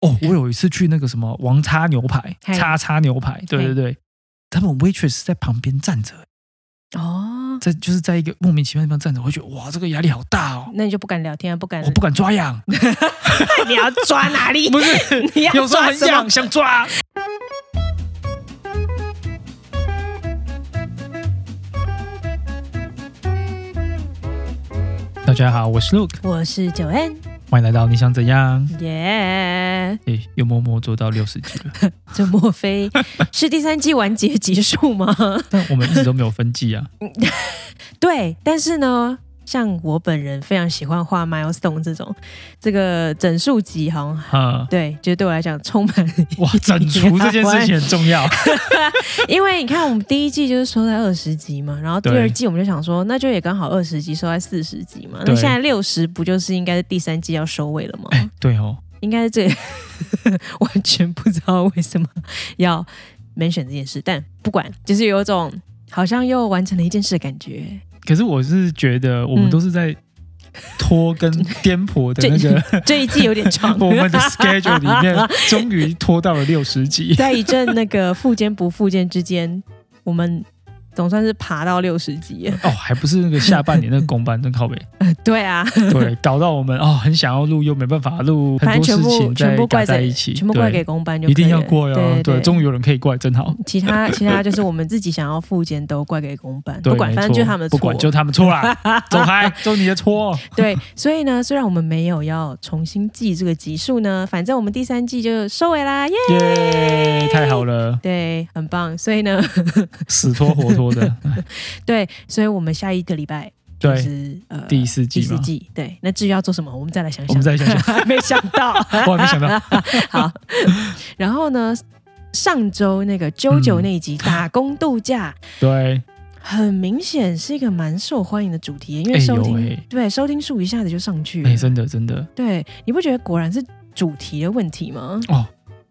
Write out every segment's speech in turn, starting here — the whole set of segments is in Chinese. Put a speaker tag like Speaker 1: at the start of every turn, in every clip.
Speaker 1: 哦我有一次去那个什么王叉牛排，
Speaker 2: 嘿
Speaker 1: 叉叉牛排，对对对，他们 waitress 在旁边站着，
Speaker 2: 哦，
Speaker 1: 在就是在一个莫名其妙的地方站着，我会觉得哇，这个压力好大哦，
Speaker 2: 那你就不敢聊天，不敢
Speaker 1: 我不敢抓痒，
Speaker 2: 你要抓哪 里？
Speaker 1: 不是，
Speaker 2: 你 要
Speaker 1: 有时候
Speaker 2: 抓
Speaker 1: 很
Speaker 2: 什么
Speaker 1: 痒，想抓。大家好，我是 Luke，
Speaker 2: 我是九 N，
Speaker 1: 欢迎来到你想怎样？
Speaker 2: 耶！
Speaker 1: 诶、又默默做到六十集了，
Speaker 2: 这莫非是第三季完结集数吗？
Speaker 1: 但我们一直都没有分季啊。
Speaker 2: 对，但是呢，像我本人非常喜欢画 milestone 这种，这个整数集好像。
Speaker 1: 啊、
Speaker 2: 对，觉得对我来讲充满
Speaker 1: 哇，整除这件事情很重要。
Speaker 2: 因为你看，我们第一季就是收在二十集嘛，然后第
Speaker 1: 对
Speaker 2: 二季我们就想说，那就也刚好二十集收在四十集嘛，那
Speaker 1: 对
Speaker 2: 现在六十不就是应该是第三季要收尾 了吗？
Speaker 1: 哎、对哦，
Speaker 2: 应该是这 完全不知道为什么要 mention 这件事，但不管，就是有一种好像又完成了一件事的 感觉，
Speaker 1: 可是我是觉得我们
Speaker 2: 嗯
Speaker 1: 都是在拖 跟颠簸的那个、
Speaker 2: 这一季有点长。
Speaker 1: 我们的 schedule 里面，终于拖到了六十集。
Speaker 2: 在一阵那个复健不复健之间，我们总算是爬到六十 集了。
Speaker 1: 哦，还不是那个下半年那个公班，真 靠北。
Speaker 2: 对啊，
Speaker 1: 对，搞到我们哦，很想要录又没办法录，
Speaker 2: 反
Speaker 1: 很
Speaker 2: 正
Speaker 1: 多
Speaker 2: 全
Speaker 1: 事
Speaker 2: 部
Speaker 1: 情
Speaker 2: 全
Speaker 1: 在
Speaker 2: 部
Speaker 1: 搞
Speaker 2: 怪
Speaker 1: 在
Speaker 2: 在
Speaker 1: 一起，
Speaker 2: 全部怪
Speaker 1: 对
Speaker 2: 给公班就
Speaker 1: 一定
Speaker 2: 可以
Speaker 1: 要
Speaker 2: 了
Speaker 1: 过呀
Speaker 2: 对，
Speaker 1: 对，终于有人可以怪，真好。
Speaker 2: 其他其他就是我们自己想要复健都怪给公办，
Speaker 1: 对
Speaker 2: 不管
Speaker 1: 没
Speaker 2: 反正
Speaker 1: 错
Speaker 2: 就是他们的错。
Speaker 1: 不管就他们错 啦，走开，都你的错。
Speaker 2: 对，所以呢，虽然我们没有要重新记这个集数呢，反正我们第三季就收尾啦，耶、
Speaker 1: 耶，太好了，
Speaker 2: 对，很棒。所以呢，
Speaker 1: 死拖活拖的。哎
Speaker 2: 对，所以我们下一个礼拜 就
Speaker 1: 对，
Speaker 2: 是呃
Speaker 1: 第四季
Speaker 2: 第四
Speaker 1: 嘛，
Speaker 2: 季，对。那至于要做什么，我们再来想
Speaker 1: 我
Speaker 2: 想。
Speaker 1: 们再想想，
Speaker 2: 还没想到，
Speaker 1: 我还没想到。
Speaker 2: 好，然后呢，上周那个啾啾那一集、打工度假，
Speaker 1: 对，
Speaker 2: 很明显是一个蛮受欢迎的主题，因为
Speaker 1: 哎
Speaker 2: 收
Speaker 1: 呦
Speaker 2: 听、
Speaker 1: 哎，
Speaker 2: 对收听数一下子就上去了。
Speaker 1: 哎，真的真的
Speaker 2: 对，你不觉得果然是主题的问题吗？
Speaker 1: 哦，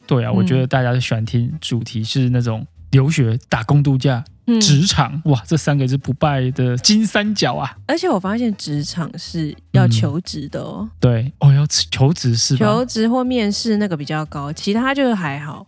Speaker 1: 对
Speaker 2: 嗯
Speaker 1: 啊，我觉得大家喜欢听主题是那种留学、打工、度假、
Speaker 2: 嗯，
Speaker 1: 职场，哇，这三个是不败的金三角啊。
Speaker 2: 而且我发现职场是要求职的哦，
Speaker 1: 对，哦，要求职嗯是吧？
Speaker 2: 求职或面试那个比较高，其他就是还好，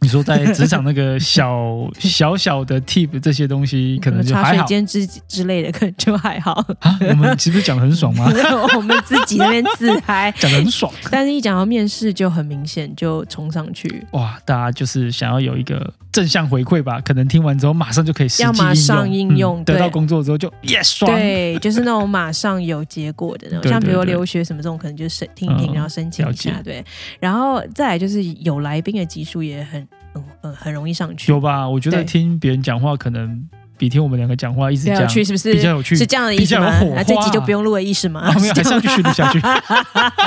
Speaker 1: 你说在职场那个 小小小的 tip 这些东西，可能就
Speaker 2: 茶
Speaker 1: 还
Speaker 2: 水
Speaker 1: 好
Speaker 2: 间之之类的，可能就还好。
Speaker 1: 啊。我们是不是讲的很爽吗？
Speaker 2: 我们自己那边自嗨，
Speaker 1: 讲的很爽
Speaker 2: 但是一讲到面试就很明显就冲上去，
Speaker 1: 哇！大家就是想要有一个正向回馈吧，可能听完之后马上就可以实际
Speaker 2: 要马上应用
Speaker 1: 嗯得到
Speaker 2: 对
Speaker 1: 工作之后就 yes 爽。
Speaker 2: 对，就是那种马上有结果的那种，
Speaker 1: 对
Speaker 2: 像比如
Speaker 1: 对对
Speaker 2: 留学什么这种，可能就申听一听，
Speaker 1: 嗯
Speaker 2: 然后申请一下，
Speaker 1: 了
Speaker 2: 对，然后再来就是有来宾的集数也很很很很容易上去，
Speaker 1: 有吧？我觉
Speaker 2: 对
Speaker 1: 得听别人讲话可能比听我们两个讲话一直
Speaker 2: 比较有
Speaker 1: 讲
Speaker 2: 啊趣，是不是？
Speaker 1: 比较有趣，
Speaker 2: 是这样的意思吗？
Speaker 1: 比较有火花
Speaker 2: 啊、这集就不用录的意思吗？
Speaker 1: 啊，没有，
Speaker 2: 是
Speaker 1: 还是要
Speaker 2: 这样吗
Speaker 1: 继续录下 去。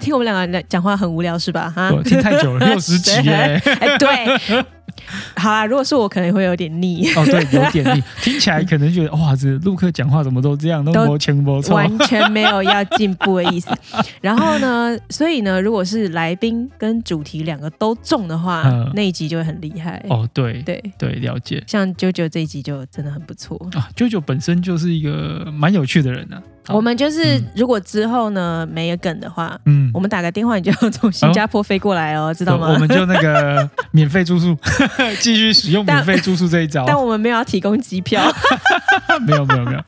Speaker 2: 听我们两个人讲话很无聊是吧？哈，
Speaker 1: 我听太久了，六十集耶！
Speaker 2: 哎，对，好啦，如果是我，可能会有点腻，
Speaker 1: 哦，对，有点腻，听起来可能觉得哇，这陆克讲话怎么都这样，都
Speaker 2: 都
Speaker 1: 没前没错。
Speaker 2: 完全没有要进步的意思。然后呢，所以呢，如果是来宾跟主题两个都中的话，
Speaker 1: 嗯
Speaker 2: 那一集就会很厉害。
Speaker 1: 哦，对
Speaker 2: 对，
Speaker 1: 对，了解
Speaker 2: 像啾啾这一集就真的很不错。
Speaker 1: 啊。舅舅本身就是一个蛮有趣的人啊。好
Speaker 2: 我们就是、
Speaker 1: 嗯
Speaker 2: 如果之后呢没有梗的话，
Speaker 1: 嗯
Speaker 2: 我，们打个电话，你就要从新加坡飞过来哦，知道吗？
Speaker 1: 我们就那个 免费住宿，继续使用免费住宿这一招。
Speaker 2: 但我们没有要提供机 票。
Speaker 1: 没有没有没 有。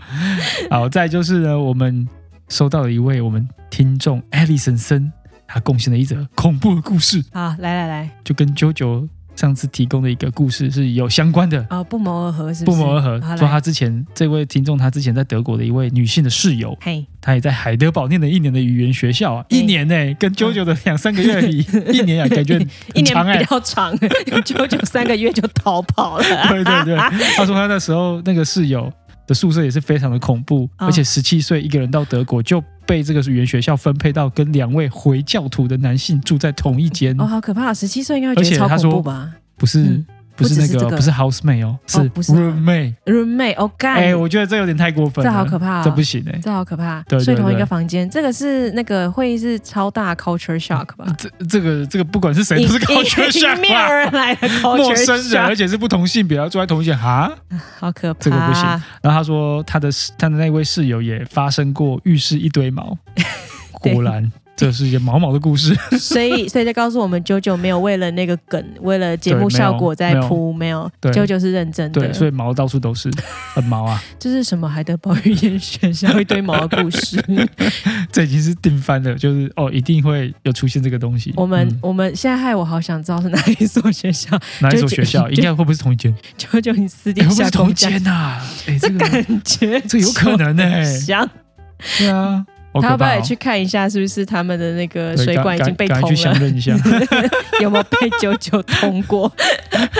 Speaker 1: 好，再就是呢，我们收到了一位我们听众 Alison 森，他贡献了一则恐怖的故事，
Speaker 2: 好，来来来，
Speaker 1: 就跟啾啾上次提供的一个故事是有相关的。
Speaker 2: 啊、不谋而合是不
Speaker 1: 不
Speaker 2: 是？
Speaker 1: 谋而
Speaker 2: 好
Speaker 1: 合，
Speaker 2: 来
Speaker 1: 说他之前这位听众，他之前在德国的一位女性的室友，
Speaker 2: 嘿，
Speaker 1: 他也在海德堡念了一年的语言学校啊，
Speaker 2: 对
Speaker 1: 一年呢、跟啾啾的两三个月 比，一年啊，感觉很
Speaker 2: 一年
Speaker 1: 长哎、
Speaker 2: 比较长， 九九三个月就逃跑了。 啊
Speaker 1: 对对对，他说他那时候那个室友的宿舍也是非常的恐怖，
Speaker 2: 嗯
Speaker 1: 而且十七岁一个人到德国就被这个语言学校分配到跟两位回教徒的男性住在同一间，
Speaker 2: 哦，好可怕！十七岁应该会觉
Speaker 1: 而且
Speaker 2: 得超
Speaker 1: 他
Speaker 2: 恐
Speaker 1: 说
Speaker 2: 怖吧
Speaker 1: 不是、
Speaker 2: 嗯
Speaker 1: 不是
Speaker 2: 不只
Speaker 1: 那
Speaker 2: 是
Speaker 1: 个
Speaker 2: 这个
Speaker 1: 不是 housemate 哦，是
Speaker 2: 不是啊
Speaker 1: roommate。
Speaker 2: ？Roommate，哦，干、
Speaker 1: 哎，我觉得这有点太过分
Speaker 2: 这
Speaker 1: 了，
Speaker 2: 好可怕、哦，
Speaker 1: 这不行哎、
Speaker 2: 这好可怕！
Speaker 1: 对对
Speaker 2: 睡同一
Speaker 1: 对
Speaker 2: 个房间，这个是那个会是超大 culture shock 吧？
Speaker 1: 这这个嗯这个不管是谁，
Speaker 2: 迎
Speaker 1: 都是高
Speaker 2: 迎
Speaker 1: 学下
Speaker 2: 面
Speaker 1: 吧。
Speaker 2: 而来的 culture
Speaker 1: 陌生人，而
Speaker 2: shock，
Speaker 1: 且是不同性别，然后住在同一间哈。
Speaker 2: 好可怕！
Speaker 1: 这个不行然后他 说他的他的那位室友也发生过浴室一堆毛，
Speaker 2: 对
Speaker 1: 果然这是一个毛毛的故 事，
Speaker 2: 所以所以在告诉我们，九九没有为了那个梗，为了节目
Speaker 1: 对没有
Speaker 2: 效果在铺，没有
Speaker 1: 对，
Speaker 2: 九九是认真的
Speaker 1: 对，，所以毛到处都是，很毛 啊，
Speaker 2: 这是什么海德堡语言学校一堆毛的故 事。
Speaker 1: 这已经是定番了，就是哦，一定会有出现这个东西。
Speaker 2: 我们、
Speaker 1: 嗯
Speaker 2: 我们现在害我好想知道是哪一所学校，
Speaker 1: 哪一所
Speaker 2: 就
Speaker 1: 学校
Speaker 2: 就
Speaker 1: 应该会不会是同 一间？
Speaker 2: 九九你私底
Speaker 1: 哎会不会
Speaker 2: 下
Speaker 1: 是
Speaker 2: 跟
Speaker 1: 同
Speaker 2: 我
Speaker 1: 一
Speaker 2: 讲，
Speaker 1: 间呐？哎，这
Speaker 2: 这
Speaker 1: 个
Speaker 2: 感觉
Speaker 1: 这有可能呢。哎
Speaker 2: 想
Speaker 1: 对啊，好
Speaker 2: 他要
Speaker 1: 可
Speaker 2: 不
Speaker 1: 怕
Speaker 2: 要
Speaker 1: 哦
Speaker 2: 也去看一下，是不是他们的那个
Speaker 1: 对
Speaker 2: 水
Speaker 1: 赶
Speaker 2: 管已经
Speaker 1: 赶
Speaker 2: 被
Speaker 1: 赶
Speaker 2: 通
Speaker 1: 快去相
Speaker 2: 了？
Speaker 1: 认一 下。
Speaker 2: 有没有被九九通过？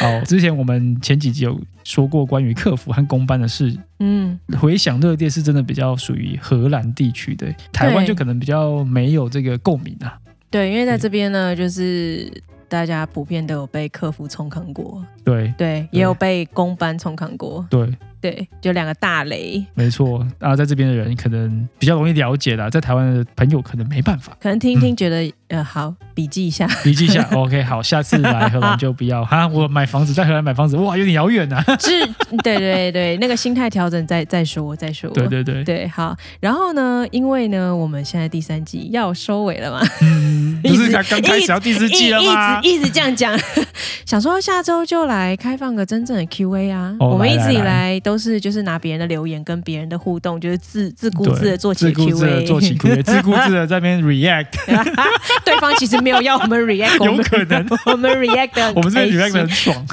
Speaker 1: 好，之前我们前几集有说过关于客服和公办的事，
Speaker 2: 嗯，
Speaker 1: 回想热电是真的比较属于荷兰地区的，台湾就可能比较没有这个共鸣啊。
Speaker 2: 对，因为在这边呢，就是大家普遍都有被客服冲扛过，
Speaker 1: 对
Speaker 2: 对，也有被公班冲扛过，
Speaker 1: 对，
Speaker 2: 对，就两个大雷。
Speaker 1: 没错。啊，在这边的人可能比较容易了解啦，在台湾的朋友可能没办法。
Speaker 2: 可能听
Speaker 1: 嗯
Speaker 2: 一听，觉得、呃好，笔记一下，
Speaker 1: 笔记一 下，OK，好，下次来荷兰就不要哈。我买房子在荷兰买房子，哇，有点遥远啊。
Speaker 2: 是，对对对，那个心态调整再再说，再说，
Speaker 1: 对对对，
Speaker 2: 对，好。然后呢，因为呢，我们现在第三季要收尾 了嘛，
Speaker 1: 嗯，不
Speaker 2: 一
Speaker 1: 是
Speaker 2: 直
Speaker 1: 才刚开始要第四季了吗？
Speaker 2: 一一直一直这样讲， 想说下周就来开放个真正的 Q&A 啊。
Speaker 1: 哦
Speaker 2: 我们
Speaker 1: 来
Speaker 2: 一直以
Speaker 1: 来
Speaker 2: 来都是就是拿别人的留言跟别人的互动，就是自自顾
Speaker 1: 对
Speaker 2: 自的做起
Speaker 1: 自顾自的
Speaker 2: Q&A，
Speaker 1: 做起 Q&A，自顾自的在那边
Speaker 2: 哎
Speaker 1: react，
Speaker 2: 对方其实没有要我们 react，
Speaker 1: 有
Speaker 2: 我们
Speaker 1: 可能
Speaker 2: 我们 react 的，
Speaker 1: 我们这边 react 得很爽，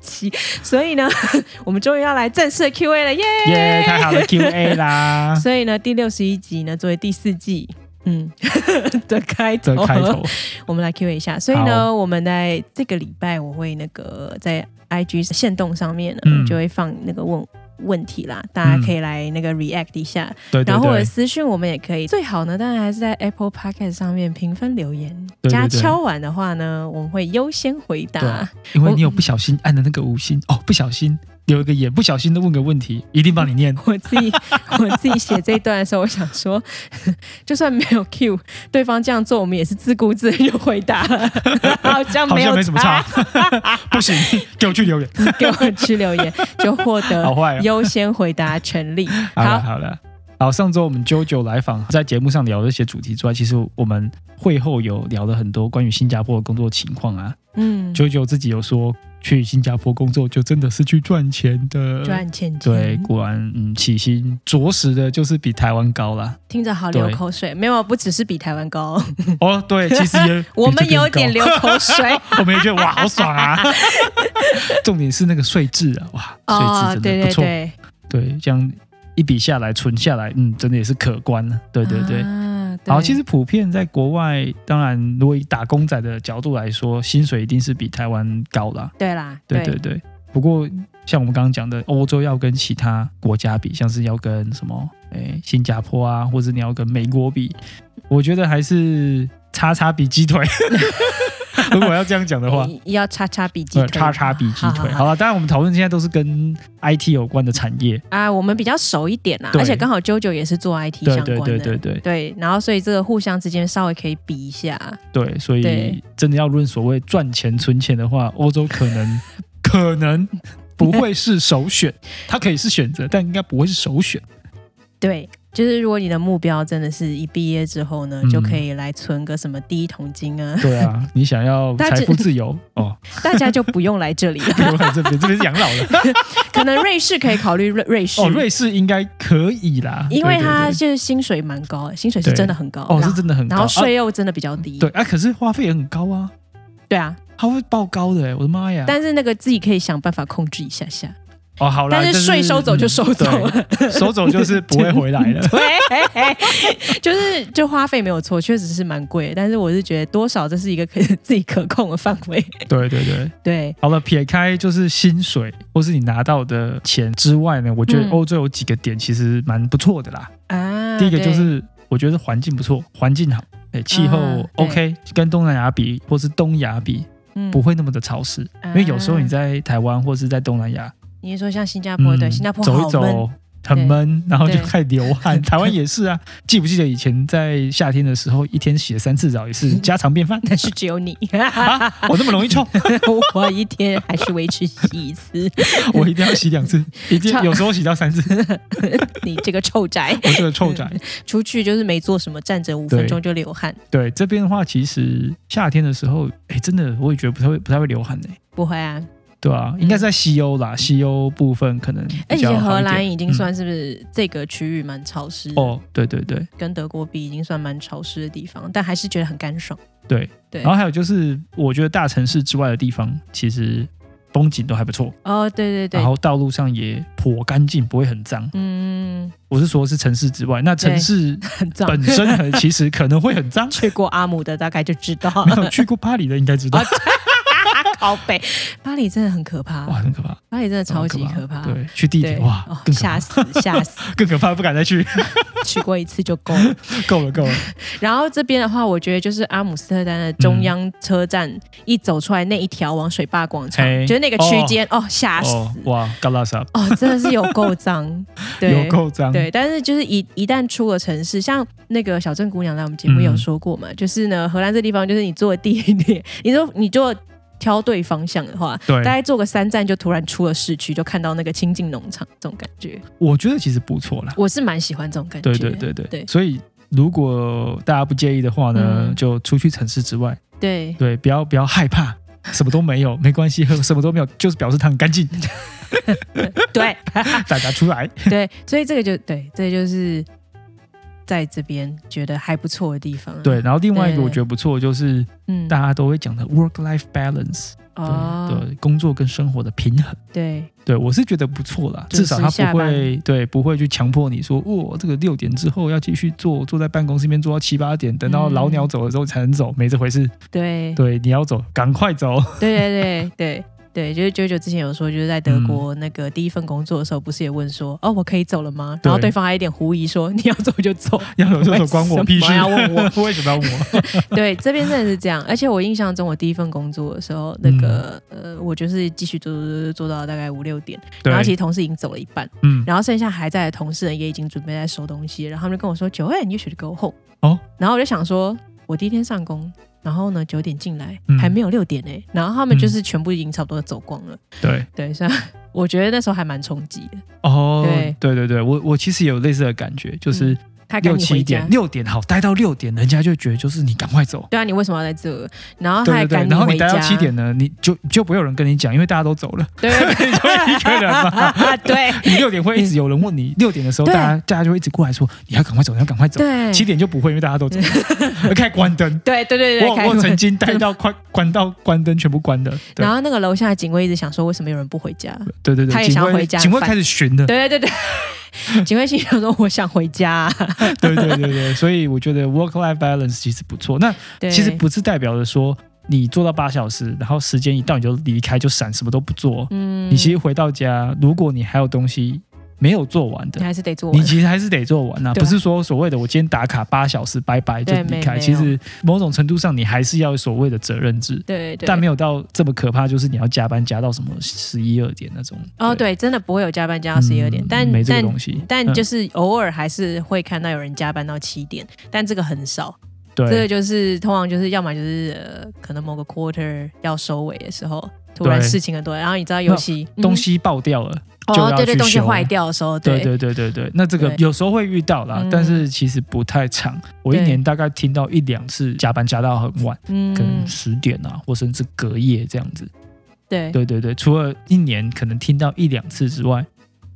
Speaker 2: 起，所以呢， 我们终于要来正式的 Q&A 了耶
Speaker 1: 耶，太好了 Q&A 啦
Speaker 2: 所以呢，第六十一集呢，作为第四季。嗯 的开头，
Speaker 1: 的开
Speaker 2: 哦
Speaker 1: 头，
Speaker 2: 我们来 Q&A 一下。所以呢，我们在这个礼拜我会那个在 IG 线动上面呢，
Speaker 1: 嗯
Speaker 2: 就会放那个问问题啦，大家可以来那个 react 一下，
Speaker 1: 嗯对对
Speaker 2: 然后或者
Speaker 1: 对，
Speaker 2: 私讯我们也可以。最好呢，当然还是在 Apple Podcast 上面评分留言，
Speaker 1: 对对啊
Speaker 2: 加
Speaker 1: 对
Speaker 2: 敲碗的话呢，我们会优先回答。
Speaker 1: 因为你有不小心按的那个五星哦，不小心留一个也不小心的问个问题，一定帮你 念。
Speaker 2: 我自己我自己写这一段的时候，我想说， 就算没有 Q，对方这样做，我们也是自顾自地就回答了， 好像
Speaker 1: 好
Speaker 2: 没
Speaker 1: 像
Speaker 2: 有
Speaker 1: 没什么差， 不行，给我去留言，
Speaker 2: 给我去留言，就获
Speaker 1: 好
Speaker 2: 得
Speaker 1: 坏哦。
Speaker 2: 优先回答 权利。
Speaker 1: 好了
Speaker 2: 好，
Speaker 1: 好了，好，上周我们 JoJo 来访，在节目上聊这些主题之外，其实我们会后有聊了很多关于新加坡的工作情况啊。
Speaker 2: 嗯，
Speaker 1: JoJo 自己有说，去新加坡工作就真的是去赚钱的。
Speaker 2: 赚钱
Speaker 1: 对，
Speaker 2: 钱，
Speaker 1: 果然，嗯，起薪着实的就是比台湾高啦。
Speaker 2: 听着好流
Speaker 1: 对
Speaker 2: 口水，没有，不只是比台湾高，
Speaker 1: 哦，对，其 实也
Speaker 2: 我
Speaker 1: 比这
Speaker 2: 们
Speaker 1: 边
Speaker 2: 有点
Speaker 1: 高
Speaker 2: 流口水。
Speaker 1: 我们也觉得哇，好爽 啊！重点是那个税制啊，哇，税制真
Speaker 2: 哦对
Speaker 1: 的不
Speaker 2: 对
Speaker 1: 错，
Speaker 2: 对，
Speaker 1: 对这样一笔下来存下来，嗯，真的也是可观了、对对对。
Speaker 2: 啊对
Speaker 1: 好，其实普遍在国外，当然如果以打工仔的角度来说，薪水一定是比台湾高啦。
Speaker 2: 对啦，
Speaker 1: 对对对。不过像我们刚刚讲的，欧洲要跟其他国家比，像是要跟什么，诶，新加坡啊，或者你要跟美国比，我觉得还是叉叉比鸡腿。 如果要这样讲的话，
Speaker 2: 要叉叉比鸡
Speaker 1: 呃，
Speaker 2: 腿，
Speaker 1: 叉叉比鸡
Speaker 2: 好
Speaker 1: 腿。
Speaker 2: 好
Speaker 1: 好了，当然我们讨论现在都是跟 IT 有关的产业，
Speaker 2: 啊，我们比较熟一点啦，
Speaker 1: 对
Speaker 2: 而且刚好 JoJo 也是做 IT
Speaker 1: 对
Speaker 2: 相
Speaker 1: 对
Speaker 2: 关的，
Speaker 1: 对对对
Speaker 2: 对然后所以这个互相之间稍微可以比一下，
Speaker 1: 对，所以
Speaker 2: 对
Speaker 1: 真的要论所谓赚钱存钱的话，欧洲可 能可能不会是首选，它可以是选择，但应该不会是首选。
Speaker 2: 对。就是如果你的目标真的是一毕业之后呢，
Speaker 1: 嗯
Speaker 2: 就可以来存个什么第一桶金啊，
Speaker 1: 对啊，你想要
Speaker 2: 但
Speaker 1: 财
Speaker 2: 是
Speaker 1: 富自由哦，
Speaker 2: 大家就不用来这里了。
Speaker 1: 留在这边，这边是养老的
Speaker 2: 可能瑞士可以考虑瑞瑞士，
Speaker 1: 哦，瑞士应该可以啦，
Speaker 2: 因为
Speaker 1: 对对
Speaker 2: 它
Speaker 1: 对
Speaker 2: 就是薪水蛮高的，薪水是
Speaker 1: 对
Speaker 2: 真的很高，
Speaker 1: 哦
Speaker 2: 然
Speaker 1: 是
Speaker 2: 后
Speaker 1: 真的很高，
Speaker 2: 然后
Speaker 1: 啊
Speaker 2: 税又真的比较低，
Speaker 1: 对啊，可是花费也很高啊，
Speaker 2: 对啊，
Speaker 1: 它会爆高的欸，我的妈呀！
Speaker 2: 但是那个自己可以想办法控制一下下，
Speaker 1: 哦好啦，
Speaker 2: 但是税收走就
Speaker 1: 嗯
Speaker 2: 收走
Speaker 1: 对
Speaker 2: 了，
Speaker 1: 收走就是不会回来了。
Speaker 2: 对， 就是就花费没有错，确实是蛮贵的，但是我是觉得多少这是一个可 自己可控的范围。
Speaker 1: 对对对，
Speaker 2: 对，
Speaker 1: 好了，撇开就是薪水或是你拿到的钱之外呢，我觉得
Speaker 2: 嗯
Speaker 1: 欧洲有几个点其实蛮不错的啦。
Speaker 2: 啊，
Speaker 1: 第一个就
Speaker 2: 对
Speaker 1: 是我觉得环境不错，环境好，哎，气候
Speaker 2: 啊
Speaker 1: OK，、跟东南亚比或是东亚比
Speaker 2: 嗯啊
Speaker 1: 不会那么的潮湿，因为有时候你在台湾或是在东南亚，
Speaker 2: 你是说像新加坡，对，新加坡
Speaker 1: 嗯走
Speaker 2: 好
Speaker 1: 一
Speaker 2: 闷，
Speaker 1: 走。很闷，然后就
Speaker 2: 对
Speaker 1: 开始流 汗。台湾也是啊，记不记得以前在夏天的时候，一天洗了三次澡也 是家常便饭
Speaker 2: 但是只有你，
Speaker 1: 啊！我那么容易臭，
Speaker 2: 我一天还是维持洗一次。
Speaker 1: 我一定要洗两 次，一定
Speaker 2: 差
Speaker 1: 有时候洗到三 次，
Speaker 2: 你这个臭宅，
Speaker 1: 我这个臭 宅。
Speaker 2: 出去就是没做什么，站着五分钟就流汗，
Speaker 1: 对这边的话，其实夏天的时候，哎，真的我也觉得不太会不太会流汗呢、欸
Speaker 2: 不会啊。
Speaker 1: 对啊，应该是在西欧啦，西欧部分可能比
Speaker 2: 而且
Speaker 1: 较好
Speaker 2: 哎荷
Speaker 1: 一点
Speaker 2: 兰已经
Speaker 1: 嗯
Speaker 2: 算是不是这个区域蛮潮湿，
Speaker 1: 哦，对对对，
Speaker 2: 跟德国比已经算蛮潮湿的地方，但还是觉得很干爽。
Speaker 1: 对啊
Speaker 2: 对
Speaker 1: 然后还有就是，我觉得大城市之外的地方，其实风景都还不错，
Speaker 2: 哦，对对
Speaker 1: 然
Speaker 2: 对，
Speaker 1: 后道路上也颇干净，不会很脏。
Speaker 2: 嗯，
Speaker 1: 我是说，是城市之外，那城市
Speaker 2: 很 脏。
Speaker 1: 本 身很其实可能会很 脏。
Speaker 2: 去过阿姆的大概就知道，
Speaker 1: 没 有去过巴黎的应该知
Speaker 2: 啊
Speaker 1: 道，
Speaker 2: 靠北，巴黎真的很可怕，
Speaker 1: 哇，很可怕，
Speaker 2: 巴黎真的超级
Speaker 1: 很
Speaker 2: 可怕。
Speaker 1: 对，去地铁
Speaker 2: 对
Speaker 1: 哇
Speaker 2: 哦，
Speaker 1: 更可怕，
Speaker 2: 吓死 吓死！
Speaker 1: 更可怕，不敢再 去，
Speaker 2: 去过一次就够了。
Speaker 1: 够了够了。
Speaker 2: 然后这边的话，我觉得就是阿姆斯特丹的中央车站、一走出来那一条往水坝广场
Speaker 1: 嘿，
Speaker 2: 就是那个区间哦，吓死！
Speaker 1: 哦，哇，嘎拉萨
Speaker 2: 哦，真的是有够 脏，对
Speaker 1: 有，够脏，
Speaker 2: 对，但是就是一一旦出了城市，像那个小镇姑娘来我们节目
Speaker 1: 嗯
Speaker 2: 有说过嘛，就是呢，荷兰这地方就是你坐地铁，你说你坐挑对方向的话，
Speaker 1: 对
Speaker 2: 大，概坐个三站就突然出了市区，就看到那个清近农场这种感觉，
Speaker 1: 我觉得其实不错啦。
Speaker 2: 我是蛮喜欢这种感觉。
Speaker 1: 对对对对
Speaker 2: 对
Speaker 1: 所以如果大家不介意的话呢，
Speaker 2: 嗯
Speaker 1: 就出去城市之外，
Speaker 2: 对
Speaker 1: 对，不要不要害怕，什么都没 有，没关系，什么都没有，就是表示它很干净，
Speaker 2: 对
Speaker 1: 大家出来。
Speaker 2: 对，所以这个就对，这就是在这边觉得还不错的地方、啊。
Speaker 1: 对，，然后另外一个
Speaker 2: 对
Speaker 1: 我觉得不错，就是
Speaker 2: 嗯
Speaker 1: 大家都会讲的 work-life balance，对、
Speaker 2: 哦，
Speaker 1: 对，工作跟生活的平衡。
Speaker 2: 对
Speaker 1: 对，我是觉得不错啦，
Speaker 2: 准
Speaker 1: 至
Speaker 2: 时
Speaker 1: 少他
Speaker 2: 下
Speaker 1: 不会对不会去强迫你说，哦，这个六点之后要继续坐，坐在办公室里面坐到七八点，等到老鸟走了之后才能走，没这回事。
Speaker 2: 嗯对
Speaker 1: 对，你要走，赶快走。
Speaker 2: 对对对对对，就是九九之前有说，就是在德国
Speaker 1: 嗯
Speaker 2: 那个第一份工作的时候，不是也问说，哦，我可以走了吗？然后
Speaker 1: 对
Speaker 2: 对方还一点狐疑说，你要走就走。
Speaker 1: 要有这种关 我屁事？
Speaker 2: 为什么要 问
Speaker 1: 为什么要问我？
Speaker 2: 对，这边真的是这样。而且我印象中，我第一份工作的时候，那个、呃，我就是继续做做做做到大概五六点，然后其
Speaker 1: 对，
Speaker 2: 实同事已经走了一半，
Speaker 1: 嗯，
Speaker 2: 然后剩下还在的同事呢也已经准备在收东西，然后他们就跟我说九点你 o u should go home。
Speaker 1: 哦，
Speaker 2: 然后我就想说，我第一天上工。然后呢，九点进来
Speaker 1: 嗯
Speaker 2: 还没有六点呢、然后他们
Speaker 1: 嗯
Speaker 2: 就是全部已经差不多走光了，
Speaker 1: 对，
Speaker 2: 对，所以我觉得那时候还蛮冲击的。
Speaker 1: 哦，
Speaker 2: 对嗯
Speaker 1: 对对对，我我其实也有类似的感觉，就是
Speaker 2: 他赶
Speaker 1: 六
Speaker 2: 你回
Speaker 1: 七
Speaker 2: 家
Speaker 1: 点，，六点好待到六点，人家就觉得就是你赶快走。
Speaker 2: 对啊，你为什么要在这？然哦后他还
Speaker 1: 对对对
Speaker 2: 赶，
Speaker 1: 然后
Speaker 2: 回
Speaker 1: 你待
Speaker 2: 家，
Speaker 1: 到七点呢，你就就不会有人跟你讲，因为大家都走了，
Speaker 2: 对，
Speaker 1: 你就 一个人嘛。
Speaker 2: 对
Speaker 1: 你 六点会一直有人问你，六点的时候
Speaker 2: 嗯对
Speaker 1: 大家大家就会一直过来说你要赶快走，你要赶快走。
Speaker 2: 对，
Speaker 1: 七点就不会，因为大家都走了，而 开始关灯。
Speaker 2: 对对对对，
Speaker 1: 我
Speaker 2: 开
Speaker 1: 我
Speaker 2: 会
Speaker 1: 曾经待到快关到关灯全部关的，对
Speaker 2: 然后那个楼下的警卫一直想说，为什么有人不回家？
Speaker 1: 对对对，
Speaker 2: 他也
Speaker 1: 警
Speaker 2: 想要
Speaker 1: 卫
Speaker 2: 回家
Speaker 1: 警卫
Speaker 2: 反
Speaker 1: 开始巡了。
Speaker 2: 对对对对， 警卫心想说，我想回家。
Speaker 1: 对对对对，所以我觉得 work life balance 其实不错。那
Speaker 2: 对，
Speaker 1: 其实不是代表着说你做到八小时，然后时间一到你就离开就闪，什么都不做。
Speaker 2: 嗯
Speaker 1: 你其实回到家，如果你还有东西没有做完
Speaker 2: 你
Speaker 1: 的，
Speaker 2: 还是得做完
Speaker 1: 你。其实还是得做完啊。
Speaker 2: 对
Speaker 1: 不是说所谓的我今天打卡八小时，拜拜就
Speaker 2: 对
Speaker 1: 离
Speaker 2: 没
Speaker 1: 开。
Speaker 2: 没
Speaker 1: 其
Speaker 2: 有
Speaker 1: 实某种程度上，你还是要有所谓的责任制。
Speaker 2: 对对，
Speaker 1: 但没有到这么可怕，就是你要加班加到什么十一二点那种。
Speaker 2: 哦，对，真的不会有加班加到十一二点
Speaker 1: 嗯，
Speaker 2: 但
Speaker 1: 没这个
Speaker 2: 但
Speaker 1: 东西，嗯
Speaker 2: 但就是是偶尔还是会看到有人加班到七点，但这个很少。这个
Speaker 1: 对
Speaker 2: 就是通常就是要么就是呃，可能某个 quarter 要收尾的时候，突然
Speaker 1: 对
Speaker 2: 事情很多，然后你知道尤其
Speaker 1: 东、西爆掉了。
Speaker 2: 嗯
Speaker 1: 就要
Speaker 2: 哦，对对，
Speaker 1: 去
Speaker 2: 东西
Speaker 1: 修啊
Speaker 2: 坏掉的时候，
Speaker 1: 对
Speaker 2: 对
Speaker 1: 对对对对，那这个
Speaker 2: 对
Speaker 1: 有时候会遇到啦
Speaker 2: 嗯，
Speaker 1: 但是其实不太长。我一
Speaker 2: 对
Speaker 1: 年大概听到一两次加班加到很晚，
Speaker 2: 嗯
Speaker 1: 可能十点啊，或甚至隔夜这样子。
Speaker 2: 对，
Speaker 1: 对对对，除了一年可能听到一两次之外，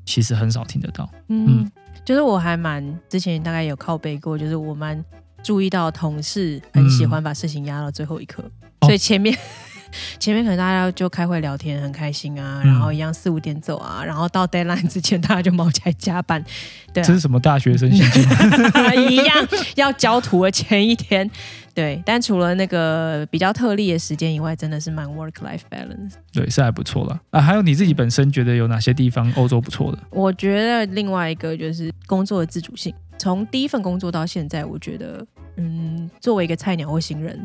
Speaker 1: 其实很少听得到。
Speaker 2: 嗯
Speaker 1: 嗯，
Speaker 2: 就是我还蛮之前大概有靠背过，就是我蛮注意到同事很喜欢把事情压到最后一刻，
Speaker 1: 哦
Speaker 2: 所以前面。 前面可能大家就开会聊天，很开
Speaker 1: 嗯
Speaker 2: 心啊，然后一样四五点走啊，然后到 deadline 之前大家就忙起来加班，对啊
Speaker 1: 这是什么大学生心 境？
Speaker 2: 一样要交图的前一天。对，但除了那个比较特例的时间以外，真的是蛮 work life balance。
Speaker 1: 对，是还不错啦。啊，还有你自己本身觉得有哪些地方欧洲不错的？
Speaker 2: 我觉得另外一个就是工作的自主性。从第一份工作到现在，我觉得，嗯，作为一个菜鸟或新人，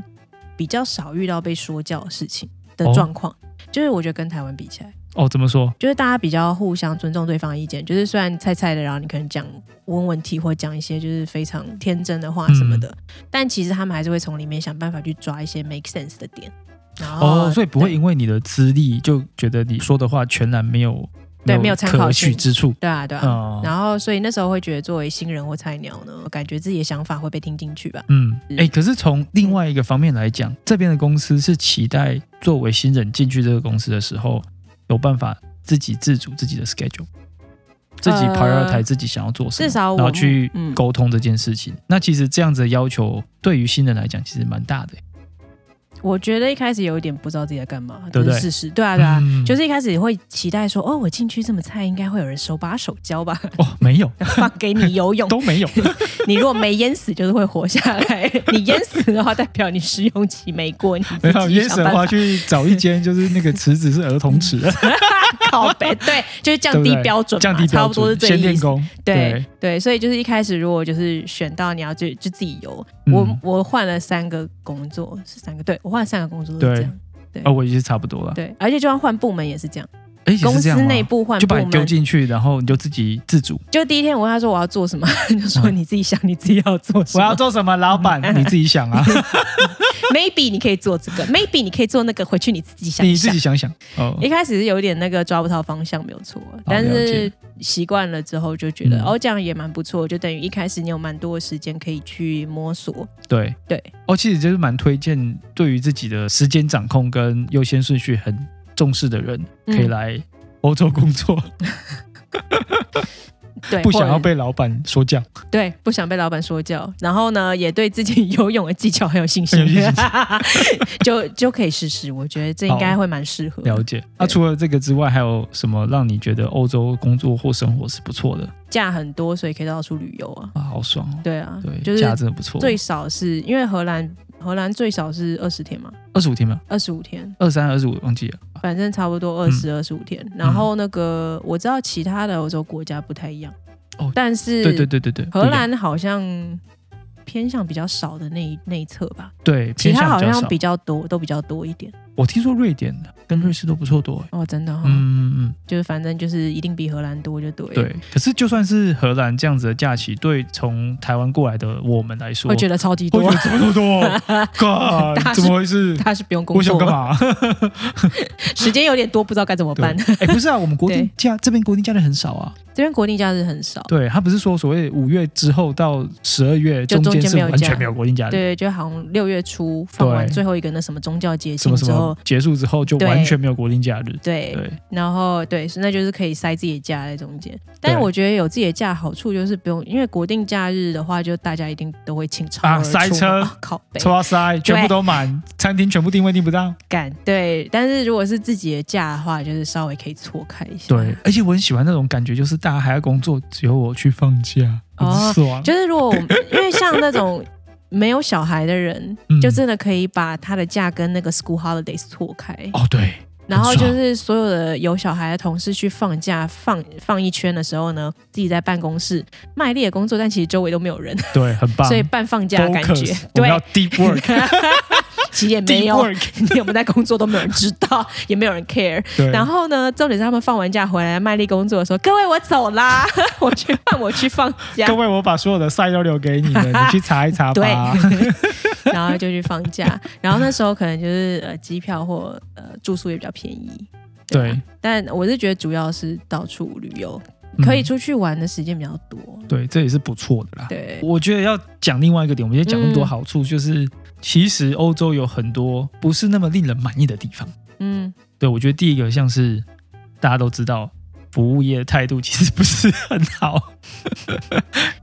Speaker 2: 比较少遇到被说教的事情的
Speaker 1: 哦
Speaker 2: 状况。就是我觉得跟台湾比起来，
Speaker 1: 哦，怎么说？
Speaker 2: 就是大家比较互相尊重对方的意见，就是虽然菜菜的，然后你可能讲问问题或讲一些就是非常天真的话什么的，
Speaker 1: 嗯
Speaker 2: 但其实他们还是会从里面想办法去抓一些 make sense 的点。然后
Speaker 1: 哦，所以不会因为你的资历就觉得你说的话全然没有
Speaker 2: 对没有参考
Speaker 1: 可
Speaker 2: 性
Speaker 1: 取之处。
Speaker 2: 对啊对啊，
Speaker 1: 哦
Speaker 2: 然后所以那时候会觉得作为新人或菜鸟呢，感觉自己的想法会被听进去吧。
Speaker 1: 嗯，哎、可是从另外一个方面来讲，这边的公司是期待作为新人进去这个公司的时候，有办法自己自主自己的 schedule，自己
Speaker 2: 呃
Speaker 1: prioritize 自己想要做什么，
Speaker 2: 至少我
Speaker 1: 然后去
Speaker 2: 嗯
Speaker 1: 沟通这件事情。那其实这样子的要求对于新人来讲其实蛮大的、
Speaker 2: 我觉得一开始有一点不知道自己在干嘛，
Speaker 1: 对不
Speaker 2: 这
Speaker 1: 对
Speaker 2: 是事实。对啊对啊，
Speaker 1: 嗯
Speaker 2: 就是一开始会期待说，哦，我进去这么菜，应该会有人手把手教吧，
Speaker 1: 哦，没有
Speaker 2: 放给你 游泳。
Speaker 1: 都没有，
Speaker 2: 你如果没淹死，就是会活下来； 你淹死的话，代表你试用期没过。你
Speaker 1: 没
Speaker 2: 自
Speaker 1: 有
Speaker 2: 己
Speaker 1: 约
Speaker 2: 想
Speaker 1: 神
Speaker 2: 办
Speaker 1: 话
Speaker 2: 法
Speaker 1: 去找一间就是那个池子是儿童池的， 啊
Speaker 2: 靠背，对，就是降
Speaker 1: 对
Speaker 2: 低
Speaker 1: 不对
Speaker 2: 标准嘛，
Speaker 1: 降低标准，
Speaker 2: 差不多 是这
Speaker 1: 先
Speaker 2: 意
Speaker 1: 练
Speaker 2: 思。
Speaker 1: 功，
Speaker 2: 对对，所以就是一开始如果就是选到你要就就自己游，
Speaker 1: 嗯
Speaker 2: 我我换了三个工作，是三个，对我换了三个工作都是
Speaker 1: 对
Speaker 2: 这样，
Speaker 1: 啊，我也是差不多了。
Speaker 2: 对，而且就算换部门也是这样，
Speaker 1: 哎，也是
Speaker 2: 公
Speaker 1: 这
Speaker 2: 司
Speaker 1: 样吗
Speaker 2: 内部换
Speaker 1: 就
Speaker 2: 部
Speaker 1: 把你丢
Speaker 2: 门，
Speaker 1: 进去，然后你就自己自主。
Speaker 2: 就第一天我问他说我要做什么， 他就说
Speaker 1: 嗯
Speaker 2: 你自己想你自己要做什
Speaker 1: 我
Speaker 2: 么，
Speaker 1: 要做什么，老 板你自己想啊，
Speaker 2: maybe 你可以做这个，maybe 你可以做那个，回去你自己想一
Speaker 1: 你自
Speaker 2: 想
Speaker 1: 己。想想。哦，
Speaker 2: 一开始是有点那个抓不到方向，没有错，但
Speaker 1: 了
Speaker 2: 是
Speaker 1: 解
Speaker 2: 习惯了之后就觉得、
Speaker 1: 嗯
Speaker 2: 哦，这样也蛮不错，就等于一开始你有蛮多的时间可以去摸索。
Speaker 1: 对
Speaker 2: 对。
Speaker 1: 哦，其实就是蛮推荐对于自己的时间掌控跟优先顺序很重视的人，可
Speaker 2: 嗯
Speaker 1: 以来欧洲工 作，
Speaker 2: 嗯对，
Speaker 1: 不想
Speaker 2: 或
Speaker 1: 要
Speaker 2: 者
Speaker 1: 被老板说教。
Speaker 2: 对，不想被老板说教，然后呢，也对自己游泳的技巧很有 信心
Speaker 1: 很有信，
Speaker 2: 就就可以试试。我觉得这应该会蛮适合。
Speaker 1: 了解。那
Speaker 2: 对
Speaker 1: 除了这个之外，还有什么让你觉得欧洲工作或生活是不错的
Speaker 2: 假很多，所以可以到处旅游啊。
Speaker 1: 啊？好爽哦！
Speaker 2: 对啊，
Speaker 1: 对，
Speaker 2: 就是
Speaker 1: 假真的不错。
Speaker 2: 最少是因为荷兰，荷兰最少是二十天嘛，
Speaker 1: 二十五天吗？
Speaker 2: 二十五天，
Speaker 1: 二三、二十五忘记了。
Speaker 2: 反正差不
Speaker 1: 嗯
Speaker 2: 多二十二十五天。然后那个我知道其他的欧洲国家不太一样，
Speaker 1: 哦
Speaker 2: 但是
Speaker 1: 对对对对对，不一
Speaker 2: 荷
Speaker 1: 样
Speaker 2: 兰好像偏向比较少的那一那一侧吧，
Speaker 1: 对，
Speaker 2: 其
Speaker 1: 偏
Speaker 2: 他
Speaker 1: 向
Speaker 2: 好
Speaker 1: 比较
Speaker 2: 像
Speaker 1: 少
Speaker 2: 比较多，都比较多一点。
Speaker 1: 我听说瑞典的跟瑞士都不错多、欸，
Speaker 2: 哦，真的哈、
Speaker 1: 嗯嗯
Speaker 2: 就是反正就是一定比荷兰多就对了。
Speaker 1: 嗯，对。可是就算是荷兰这样子的假期，对从台湾过来的我们来说，
Speaker 2: 会觉得超级
Speaker 1: 会觉
Speaker 2: 多
Speaker 1: 得，怎么那么 多
Speaker 2: 大
Speaker 1: ？God，
Speaker 2: 事
Speaker 1: 怎么回事？
Speaker 2: 他是不用工
Speaker 1: 我想
Speaker 2: 作
Speaker 1: 干
Speaker 2: 了，
Speaker 1: 嘛？
Speaker 2: 时间有点多，不知道该怎么
Speaker 1: 对
Speaker 2: 办。
Speaker 1: 哎、不是啊，我们国定假这边国定假日很少啊。
Speaker 2: 这边国定假日很少，
Speaker 1: 对他不是说所谓五月之后到十二月
Speaker 2: 就
Speaker 1: 中
Speaker 2: 中间
Speaker 1: 间是
Speaker 2: 没有
Speaker 1: 完
Speaker 2: 假
Speaker 1: 全没有国定假日，
Speaker 2: 对，就好像六月初放完
Speaker 1: 对
Speaker 2: 最后一个那什么宗教节
Speaker 1: 什
Speaker 2: 庆
Speaker 1: 么什
Speaker 2: 之后
Speaker 1: 么，结束之后就
Speaker 2: 对
Speaker 1: 完全没有国定假日。
Speaker 2: 对，
Speaker 1: 对，
Speaker 2: 然后对，所以那就是可以塞自己的假在中间。但是
Speaker 1: 对
Speaker 2: 我觉得有自己的假好处就是不用，因为国定假日的话，就大家一定都会倾巢
Speaker 1: 啊
Speaker 2: 而出嘛
Speaker 1: 塞车
Speaker 2: 啊靠北
Speaker 1: 超塞，全部都 满，餐厅全部定位定不到。
Speaker 2: 干对。但是如果是自己的假的话，就是稍微可以错开一下。
Speaker 1: 对，，而且我很喜欢那种感觉，就是大家还要工作，只有我去放假，很
Speaker 2: 哦
Speaker 1: 爽。
Speaker 2: 就是如果我们因为像那种没有小孩的人，
Speaker 1: 嗯
Speaker 2: 就真的可以把他的假跟那个 school holidays 错开，
Speaker 1: 哦，对，
Speaker 2: 然后
Speaker 1: 很
Speaker 2: 就
Speaker 1: 爽
Speaker 2: 是所有的有小孩的同事去放假放放一圈的时候呢，自己在办公室卖力的工作，但其实周围都没有人，
Speaker 1: 对，很棒。
Speaker 2: 所以半放假的感觉
Speaker 1: Focus，，我们
Speaker 2: 对
Speaker 1: 要，deep work，
Speaker 2: 其实也没
Speaker 1: deep
Speaker 2: 有。
Speaker 1: work，
Speaker 2: 你们在工作都没有人知道， 也没有人 care。
Speaker 1: 对，
Speaker 2: 然后呢，重点是他们放完假回来卖力工作的时候，各位我走啦， 我去换我去放假
Speaker 1: 各。位，我把所有的赛都留给你们， 你去查一查吧。
Speaker 2: 然后就去放假。然后那时候可能就是呃，机票或呃住宿也比较便宜。啊
Speaker 1: 对，
Speaker 2: 但我是觉得主要是到处旅游，
Speaker 1: 嗯
Speaker 2: 可以出去玩的时间比较多。
Speaker 1: 对，这也是不错的啦。
Speaker 2: 对，
Speaker 1: 我觉得要讲另外一个点，我们先讲那么多
Speaker 2: 嗯
Speaker 1: 好处，就是其实欧洲有很多不是那么令人满意的地方。
Speaker 2: 嗯，
Speaker 1: 对，我觉得第一个像是大家都知道，服务业态度其实不是很好，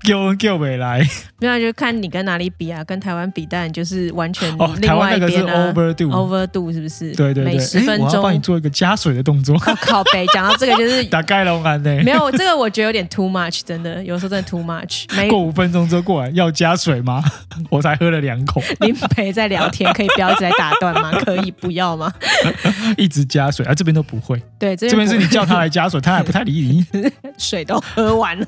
Speaker 1: 给我们给我们来
Speaker 2: 没有就看你跟哪里比啊，跟台湾比，当然就是完全
Speaker 1: 哦，
Speaker 2: 嗯另
Speaker 1: 台
Speaker 2: 外
Speaker 1: 湾那
Speaker 2: 一
Speaker 1: 个是
Speaker 2: 边啊。
Speaker 1: overdo，、
Speaker 2: overdo 是不是？
Speaker 1: 对对
Speaker 2: 每
Speaker 1: 对，
Speaker 2: 十分
Speaker 1: 诶我要帮你
Speaker 2: 钟。
Speaker 1: 做一个加水的动作，
Speaker 2: 靠靠北，讲到这个就是
Speaker 1: 打盖龙安呢，
Speaker 2: 没有这个，我觉得有点 too much，真的，有时候真的 too much。没
Speaker 1: 过五分钟之后过来要加水 吗？我才喝了两口，
Speaker 2: 林培在聊天，可以不要一直在打断吗？可以不要吗？
Speaker 1: 一直加水，啊这边都不会，
Speaker 2: 对，这
Speaker 1: 这边是
Speaker 2: 不啊
Speaker 1: 你叫他来加水，他还不太理 你。
Speaker 2: 水都喝 完了，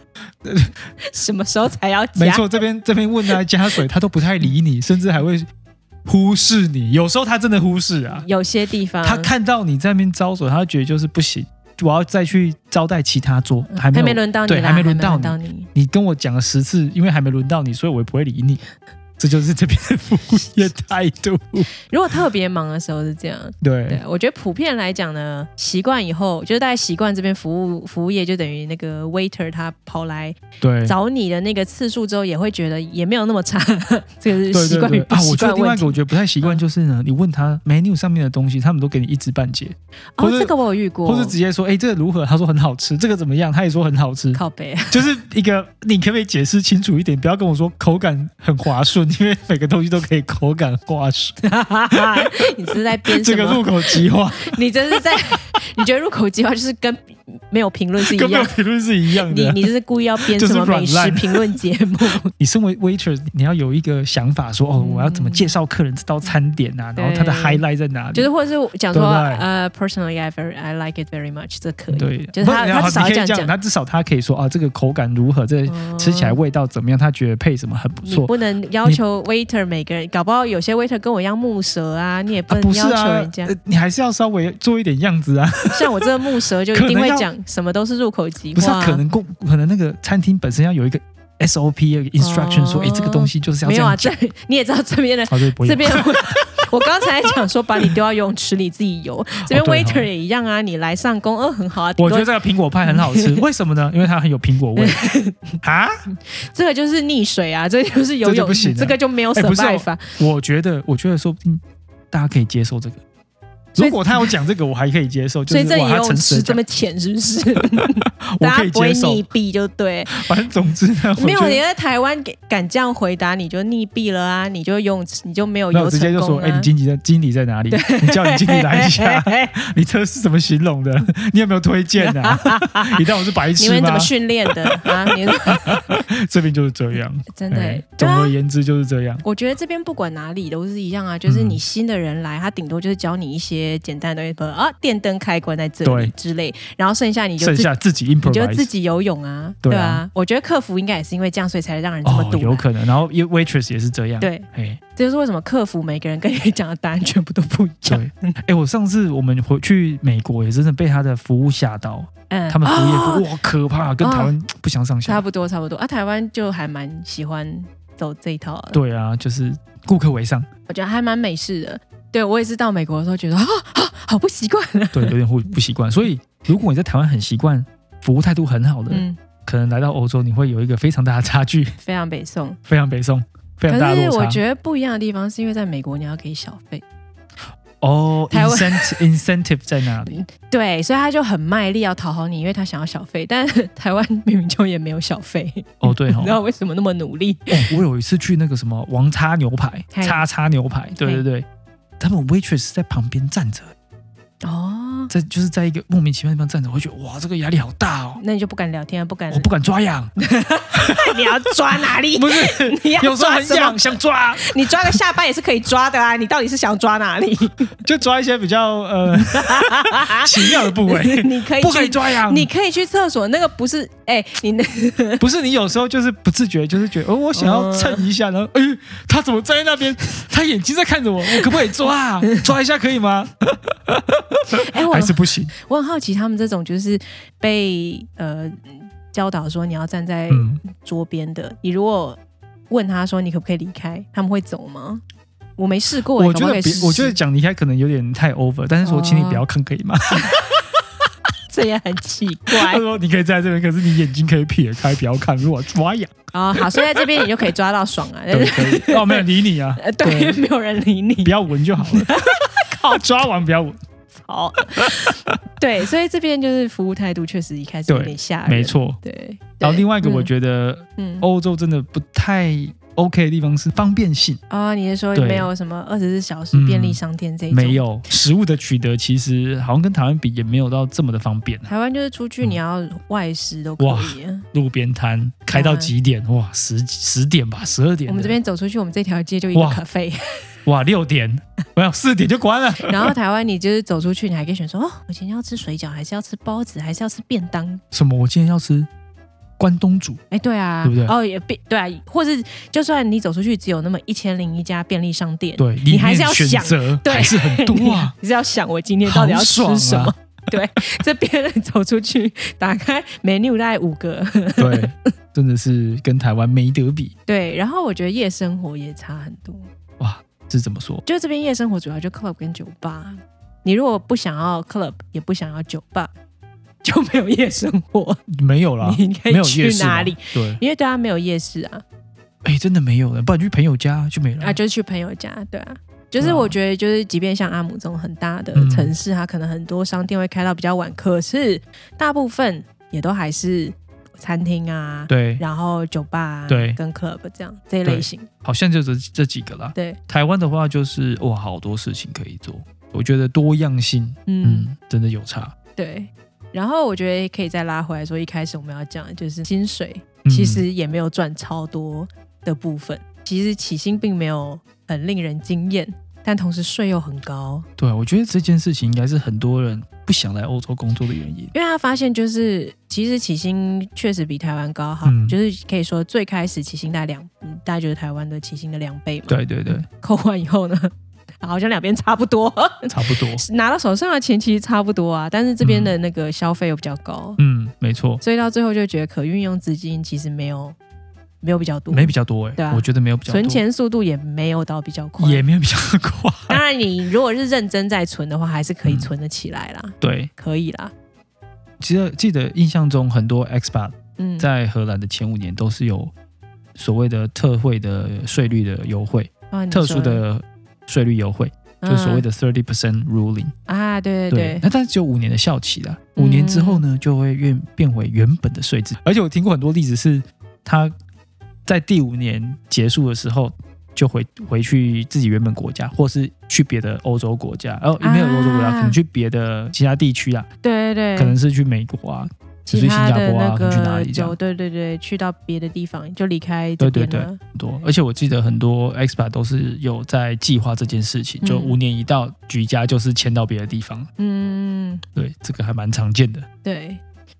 Speaker 2: 什么时候才要加？
Speaker 1: 没错，这边这边问他加水，他都不太理你，甚至还会忽视你，有时候他真的忽视啊，
Speaker 2: 有些地方
Speaker 1: 他看到你在那边招手，他觉得就是不行，我要再去招待其他桌，还没
Speaker 2: 嗯还
Speaker 1: 有
Speaker 2: 没轮到你
Speaker 1: 对
Speaker 2: 啦，
Speaker 1: 还没
Speaker 2: 轮
Speaker 1: 轮到你
Speaker 2: 你。
Speaker 1: 你跟我讲了十次，因为还没轮到你，所以我也不会理你。这就是这边的服务业态度。
Speaker 2: 如果特别忙的时候是这样，对
Speaker 1: 对，
Speaker 2: 我觉得普遍来讲呢，习惯以后就是大家习惯这边服务服务业，就等于那个 waiter 他跑来
Speaker 1: 对，
Speaker 2: 找你的那个次数之后，也会觉得也没有那么差， 这个是
Speaker 1: 对
Speaker 2: 习
Speaker 1: 对
Speaker 2: 惯
Speaker 1: 对
Speaker 2: 与不
Speaker 1: 啊！
Speaker 2: 习
Speaker 1: 我觉得
Speaker 2: 惯
Speaker 1: 另外
Speaker 2: 问
Speaker 1: 一个
Speaker 2: 题嗯
Speaker 1: 我。觉得不太习惯就是呢，你问他 menu 上面的东西，他们都给你一知半解，
Speaker 2: 哦
Speaker 1: 或，是
Speaker 2: 这个我有遇过，
Speaker 1: 或是直接说，哎，这个如何？他说很好吃，这个怎么 样？他也说很好吃，
Speaker 2: 靠背，
Speaker 1: 就是一个你可不可以解释清楚一点？不要跟我说口感很滑顺，因为每个东西都可以口感滑 顺，
Speaker 2: 你是在 编
Speaker 1: 这
Speaker 2: 什
Speaker 1: 个
Speaker 2: 么？
Speaker 1: 入口即化，
Speaker 2: 你这是在 你觉得入口即化，就是跟没有评论是一
Speaker 1: 跟没有
Speaker 2: 样。
Speaker 1: 评论是一样
Speaker 2: 你
Speaker 1: 的。
Speaker 2: 你这是故意要编
Speaker 1: 啊就是
Speaker 2: 什么美
Speaker 1: 软
Speaker 2: 食
Speaker 1: 烂
Speaker 2: 评论节 目？
Speaker 1: 你身为 waiter，你要有一个想法说，哦，
Speaker 2: 嗯
Speaker 1: 我要怎么介绍客人这道餐点啊？然后它的
Speaker 2: 对
Speaker 1: highlight 在哪里？
Speaker 2: 就是或者是讲说
Speaker 1: 对不对
Speaker 2: 呃，personally I very I like it very much，这可以。
Speaker 1: 对，
Speaker 2: 就是他
Speaker 1: 不然
Speaker 2: 他
Speaker 1: 好
Speaker 2: 至少
Speaker 1: 你
Speaker 2: 要
Speaker 1: 可以
Speaker 2: 这样
Speaker 1: 讲，
Speaker 2: 讲哦
Speaker 1: 他至少他可以说啊，这个口感如何，这吃
Speaker 2: 嗯
Speaker 1: 起来味道怎么样，他觉得配什么很不
Speaker 2: 你
Speaker 1: 错。
Speaker 2: 不能要求 waiter 每个人，搞不好有些 waiter 跟我一样木蛇啊，你也不
Speaker 1: 啊，不
Speaker 2: 能
Speaker 1: 是
Speaker 2: 要求
Speaker 1: 啊
Speaker 2: 人家。，
Speaker 1: 呃 你还是要稍微做一点样子啊。
Speaker 2: 像我这个木蛇就
Speaker 1: 可
Speaker 2: 一
Speaker 1: 能
Speaker 2: 定会
Speaker 1: 要
Speaker 2: 讲什么都是入口即
Speaker 1: 不是
Speaker 2: 化
Speaker 1: 啊，
Speaker 2: 啊，
Speaker 1: 可能公可能那个餐厅本身要有一个 SOP 有一个 instruction，、说，哎，这个东西就是要
Speaker 2: 哦没
Speaker 1: 这
Speaker 2: 有
Speaker 1: 样
Speaker 2: 啊。
Speaker 1: 讲
Speaker 2: 这。 你也知道这边的
Speaker 1: 啊，对，不
Speaker 2: 这
Speaker 1: 用。
Speaker 2: 边 我。我刚才讲说把你丢到游泳池里自己游，这边
Speaker 1: 哦对哦
Speaker 2: waiter 也一样啊，你来上工，哦，很好啊。
Speaker 1: 我
Speaker 2: 顶
Speaker 1: 觉
Speaker 2: 多
Speaker 1: 得这个苹果派很好 吃，为什么呢？因为它很有苹果味啊！
Speaker 2: 这个就是溺水啊，这个就是游
Speaker 1: 这就
Speaker 2: 泳
Speaker 1: 不行，啊
Speaker 2: 这个就没有
Speaker 1: 哎不是哦
Speaker 2: survive 啊。
Speaker 1: 我觉得，我觉得说不定大家可以接受这个。
Speaker 2: 所以
Speaker 1: 如果他有讲这个，我还可以接受，就
Speaker 2: 所以
Speaker 1: 是
Speaker 2: 这里
Speaker 1: 我
Speaker 2: 游
Speaker 1: 还
Speaker 2: 泳
Speaker 1: 诚实
Speaker 2: 池这
Speaker 1: 讲，
Speaker 2: 么浅，是不是？
Speaker 1: 我可
Speaker 2: 大家
Speaker 1: 以
Speaker 2: 不会
Speaker 1: 接受
Speaker 2: 溺。毙就对。
Speaker 1: 反正总之呢， 我
Speaker 2: 没有
Speaker 1: 觉得
Speaker 2: 你在台湾敢敢这样回答，你就溺毙了啊！你就用你就没有
Speaker 1: 那
Speaker 2: 游
Speaker 1: 我直接
Speaker 2: 成
Speaker 1: 就
Speaker 2: 功
Speaker 1: 说，
Speaker 2: 啊！。
Speaker 1: 哎、你经理在经理在哪里？你叫你经理来一下
Speaker 2: 哎
Speaker 1: 你这是怎么形容的？ 你有没有推荐 啊？你当我是白
Speaker 2: 你
Speaker 1: 痴
Speaker 2: 们怎
Speaker 1: 吗
Speaker 2: 么？训练的啊？你们
Speaker 1: 哎这边就是这样。
Speaker 2: 真的、
Speaker 1: 哎
Speaker 2: 欸，对
Speaker 1: 总而
Speaker 2: 啊。
Speaker 1: 言之就是这样。
Speaker 2: 我觉得这边不管哪里都是一样啊，就是你新的人来，他顶多就是教你一些简单的东西，比如啊，电灯开关在这
Speaker 1: 对
Speaker 2: 里之类，然后剩下你就
Speaker 1: 剩
Speaker 2: 自
Speaker 1: 下自己
Speaker 2: 你就自
Speaker 1: improvise。
Speaker 2: 己游泳啊，
Speaker 1: 对啊
Speaker 2: 对啊。我觉得客服应该也是因为这样，所以才让人这么
Speaker 1: 哦，
Speaker 2: 堵、啊
Speaker 1: 有可能。然后因为 waitress 也是这样。，
Speaker 2: 对，
Speaker 1: 哎，
Speaker 2: 这就是为什么客服每个人跟你讲的答案全部都不一 样。
Speaker 1: 对，哎，我上次我们回去美国也真的被他的服务吓到，
Speaker 2: 嗯，
Speaker 1: 他们服务业
Speaker 2: 哦
Speaker 1: 服务哇可怕，跟台湾不相上
Speaker 2: 差
Speaker 1: 下。
Speaker 2: 不多差不多啊，台湾就还蛮喜欢走这一套的，
Speaker 1: 对啊，就是顾客为上，
Speaker 2: 我觉得还蛮美式的。对我也是到美国的时候觉得啊啊，好不习惯啊。
Speaker 1: 对，有点不不习惯。所以如果你在台湾很习惯服务态度很好的，
Speaker 2: 嗯，
Speaker 1: 可能来到欧洲，你会有一个非常大的差距，
Speaker 2: 非常北宋。
Speaker 1: 非常北宋，非
Speaker 2: 可
Speaker 1: 常大的
Speaker 2: 是
Speaker 1: 落
Speaker 2: 我
Speaker 1: 差。
Speaker 2: 觉得不一样的地方是因为在美国你要给小费，
Speaker 1: 哦、i
Speaker 2: 台
Speaker 1: n
Speaker 2: 湾
Speaker 1: c e n t i v e incentive 在哪里？
Speaker 2: 对，所以他就很卖力要讨好你，因为他想要小费。但是台湾明明就也没有小费，
Speaker 1: 哦，对
Speaker 2: 你
Speaker 1: 哈、
Speaker 2: 知道为什么那么努力？
Speaker 1: 哦，我有一次去那个什么王叉牛排，
Speaker 2: 嘿
Speaker 1: 叉叉牛排，对对对，他们 waitress 在旁边站着，
Speaker 2: 哦，
Speaker 1: 在就是在一个莫名其妙的地方站着，我会觉得哇，这个压力好大哦，
Speaker 2: 那你就不敢聊天，啊不敢
Speaker 1: 我，不敢抓 痒，
Speaker 2: 你要抓哪 里？
Speaker 1: 不是，
Speaker 2: 你 要
Speaker 1: 有时候
Speaker 2: 抓
Speaker 1: 很
Speaker 2: 什么？
Speaker 1: 痒想抓，
Speaker 2: 你抓个下巴也是可以抓的啊！你到底是想抓哪里？，
Speaker 1: 就抓一些比较呃奇妙的部位
Speaker 2: 哎你可以
Speaker 1: 不可以
Speaker 2: 去，
Speaker 1: 抓啊痒？
Speaker 2: 你可以去厕所，那个不是哎、你那
Speaker 1: 不是你有时候就是不自觉，就是觉得哦，我想要蹭一下，然后哎，他怎么站在那边？他眼睛在看着我，我可不可以抓 啊？抓一下可以吗？
Speaker 2: 哎、我
Speaker 1: 还是不行？
Speaker 2: 我很好奇，他们这种就是被呃教导说你要站在
Speaker 1: 嗯，
Speaker 2: 桌边的，你如果问他说你可不可以离开，他们会走吗？我没试过、欸，
Speaker 1: 我觉
Speaker 2: 搞
Speaker 1: 得
Speaker 2: 不好可以
Speaker 1: 别
Speaker 2: 试，试 哦
Speaker 1: 我觉得讲离开可能有点太 over，但是我请你不要看可以吗？
Speaker 2: 这也很奇
Speaker 1: 他
Speaker 2: 怪
Speaker 1: 说你可以站在这边，可是你眼睛可以撇开，不要看，如果抓痒，
Speaker 2: 啊、好，所以在这边你就可以抓到爽啊，但
Speaker 1: 对，
Speaker 2: 是
Speaker 1: 可以。哦，没有理你啊，
Speaker 2: 呃 对，因为没有人理你
Speaker 1: 不，要闻就好 了。靠，抓完不要闻，
Speaker 2: 好， 对，所以这边就是服务态度确实一开始有
Speaker 1: 对
Speaker 2: 点吓人，
Speaker 1: 没，错。
Speaker 2: 哎对。
Speaker 1: 然后另外一个，哦
Speaker 2: 嗯
Speaker 1: 我觉得
Speaker 2: 嗯
Speaker 1: 欧洲真的不太 OK 的地方是方便性。
Speaker 2: 哦，你是说
Speaker 1: 对嗯
Speaker 2: 没有什么二十四小时便利商店这一种？
Speaker 1: 没。有食物的取得，其实好像跟台湾比也没有到这么的方便啊。
Speaker 2: 台湾就是出去
Speaker 1: 嗯
Speaker 2: 你要外食都可以，
Speaker 1: 路边摊开到几点？哇，十十点吧，十二点的。
Speaker 2: 嗯我们这边走出去，我们这条街就一个
Speaker 1: 哇
Speaker 2: 咖啡，
Speaker 1: 哇六 点，没有四点就关了。
Speaker 2: 然后台湾你就是走出去，你还可以选说哦，我今天要吃水饺，还是要吃包子，还是要吃便当？
Speaker 1: 什么？我今天要吃关东煮，
Speaker 2: 哎，对啊，
Speaker 1: 对不对
Speaker 2: 哦，也便对啊，或是就算你走出去只有那么一千零一家便利商店，
Speaker 1: 对，
Speaker 2: 你还是要
Speaker 1: 里面选
Speaker 2: 想
Speaker 1: 择
Speaker 2: 对
Speaker 1: 还是很多啊
Speaker 2: ，你是要想我今天到底要吃
Speaker 1: 好
Speaker 2: 什
Speaker 1: 爽
Speaker 2: 么
Speaker 1: 啊？
Speaker 2: 对， 这边走出去，打开 menu 大概五个。
Speaker 1: 对，真的是跟台湾没得比
Speaker 2: 对，然后我觉得夜生活也差很多，
Speaker 1: 哇，是怎么说？
Speaker 2: 就这边夜生活主要就 club 跟酒吧。你如果不想要 club，也不想要酒吧， 就没有夜生活。
Speaker 1: 没有啦，
Speaker 2: 你可
Speaker 1: 没有夜
Speaker 2: 以去
Speaker 1: 市
Speaker 2: 哪
Speaker 1: 嘛
Speaker 2: 里？？
Speaker 1: 对，
Speaker 2: 因为对啊，没有夜市啊，
Speaker 1: 哎，真的没有了，不然去朋友家就没了
Speaker 2: 啊，就是去朋友家，对啊。就
Speaker 1: 嗯
Speaker 2: 是
Speaker 1: 对啊
Speaker 2: 我觉得，就是即便像阿姆这种很大的
Speaker 1: 嗯
Speaker 2: 城市，它可能很多商店会开到比较晚，可是大部分也都还是餐厅啊，
Speaker 1: 对，
Speaker 2: 然后酒吧、啊、
Speaker 1: 对
Speaker 2: 跟 club 这样这一
Speaker 1: 对
Speaker 2: 类型，
Speaker 1: 好像就这这几个啦。
Speaker 2: 对，
Speaker 1: 台湾的话就是哇，好多事情可以做，我觉得多样性，
Speaker 2: 嗯，
Speaker 1: 嗯，真的有差。
Speaker 2: 对。然后我觉得可以再拉回来说，一开始我们要讲的就是薪水，
Speaker 1: 嗯
Speaker 2: 其实也没有赚超多的部分，其实起薪并没有很令人惊艳，但同时税又很高，
Speaker 1: 对，啊我觉得这件事情应该是很多人不想来欧洲工作的原因。
Speaker 2: 因为他发现就是其实起薪确实比台湾高哈，
Speaker 1: 嗯
Speaker 2: 就是可以说最开始起薪大概两，嗯大概就是台湾的起薪的两倍嘛，
Speaker 1: 对对 对，
Speaker 2: 扣完以后呢，好像两边差不多，
Speaker 1: 差不多。
Speaker 2: 拿到手上的钱其实差不多啊，但是这边的那个消费又比较高，
Speaker 1: 嗯，没错，
Speaker 2: 所以到最后就觉得可运用资金其实没有没有比较多，
Speaker 1: 没比较多哎、
Speaker 2: 对啊
Speaker 1: 我觉得没有比较多，
Speaker 2: 存钱速度也没有到比较快。
Speaker 1: 也没有比较快。
Speaker 2: 当然，你如果是认真在存的话，还是可以存得起来啦，
Speaker 1: 对，
Speaker 2: 可以啦。
Speaker 1: 其实记得印象中很多 expat
Speaker 2: 嗯，
Speaker 1: 在荷兰的前五年都是有所谓的特惠的税率的优惠，
Speaker 2: 哦你
Speaker 1: 特殊
Speaker 2: 说
Speaker 1: 的税率优惠，
Speaker 2: 啊
Speaker 1: 就所谓的 thirty percent ruling。
Speaker 2: 嗯啊，对对
Speaker 1: 对，
Speaker 2: 对，嗯
Speaker 1: 那但是只有五年的效期啦，五年之后呢，就会变变回原本的税制。而且我听过很多例子是，他在第五年结束的时候。就回回去自己原本国家，或是去别的欧洲国家，哦，也没有欧洲国家，
Speaker 2: 啊
Speaker 1: 可能去别的其他地区啦，
Speaker 2: 对对对，
Speaker 1: 可能是去美国啊，只是
Speaker 2: 其
Speaker 1: 新
Speaker 2: 他
Speaker 1: 加
Speaker 2: 的
Speaker 1: 坡啊，
Speaker 2: 那
Speaker 1: 可能去哪
Speaker 2: 个
Speaker 1: 里这样
Speaker 2: 就对对对，去到别的地方就离开这边
Speaker 1: 对
Speaker 2: 了。
Speaker 1: 对很多。而且我记得很多 expat 都是有在计划这件事情，就
Speaker 2: 嗯
Speaker 1: 五年一到，举家就是迁到别的地方。
Speaker 2: 嗯，
Speaker 1: 对，这个还蛮常见的。
Speaker 2: 对。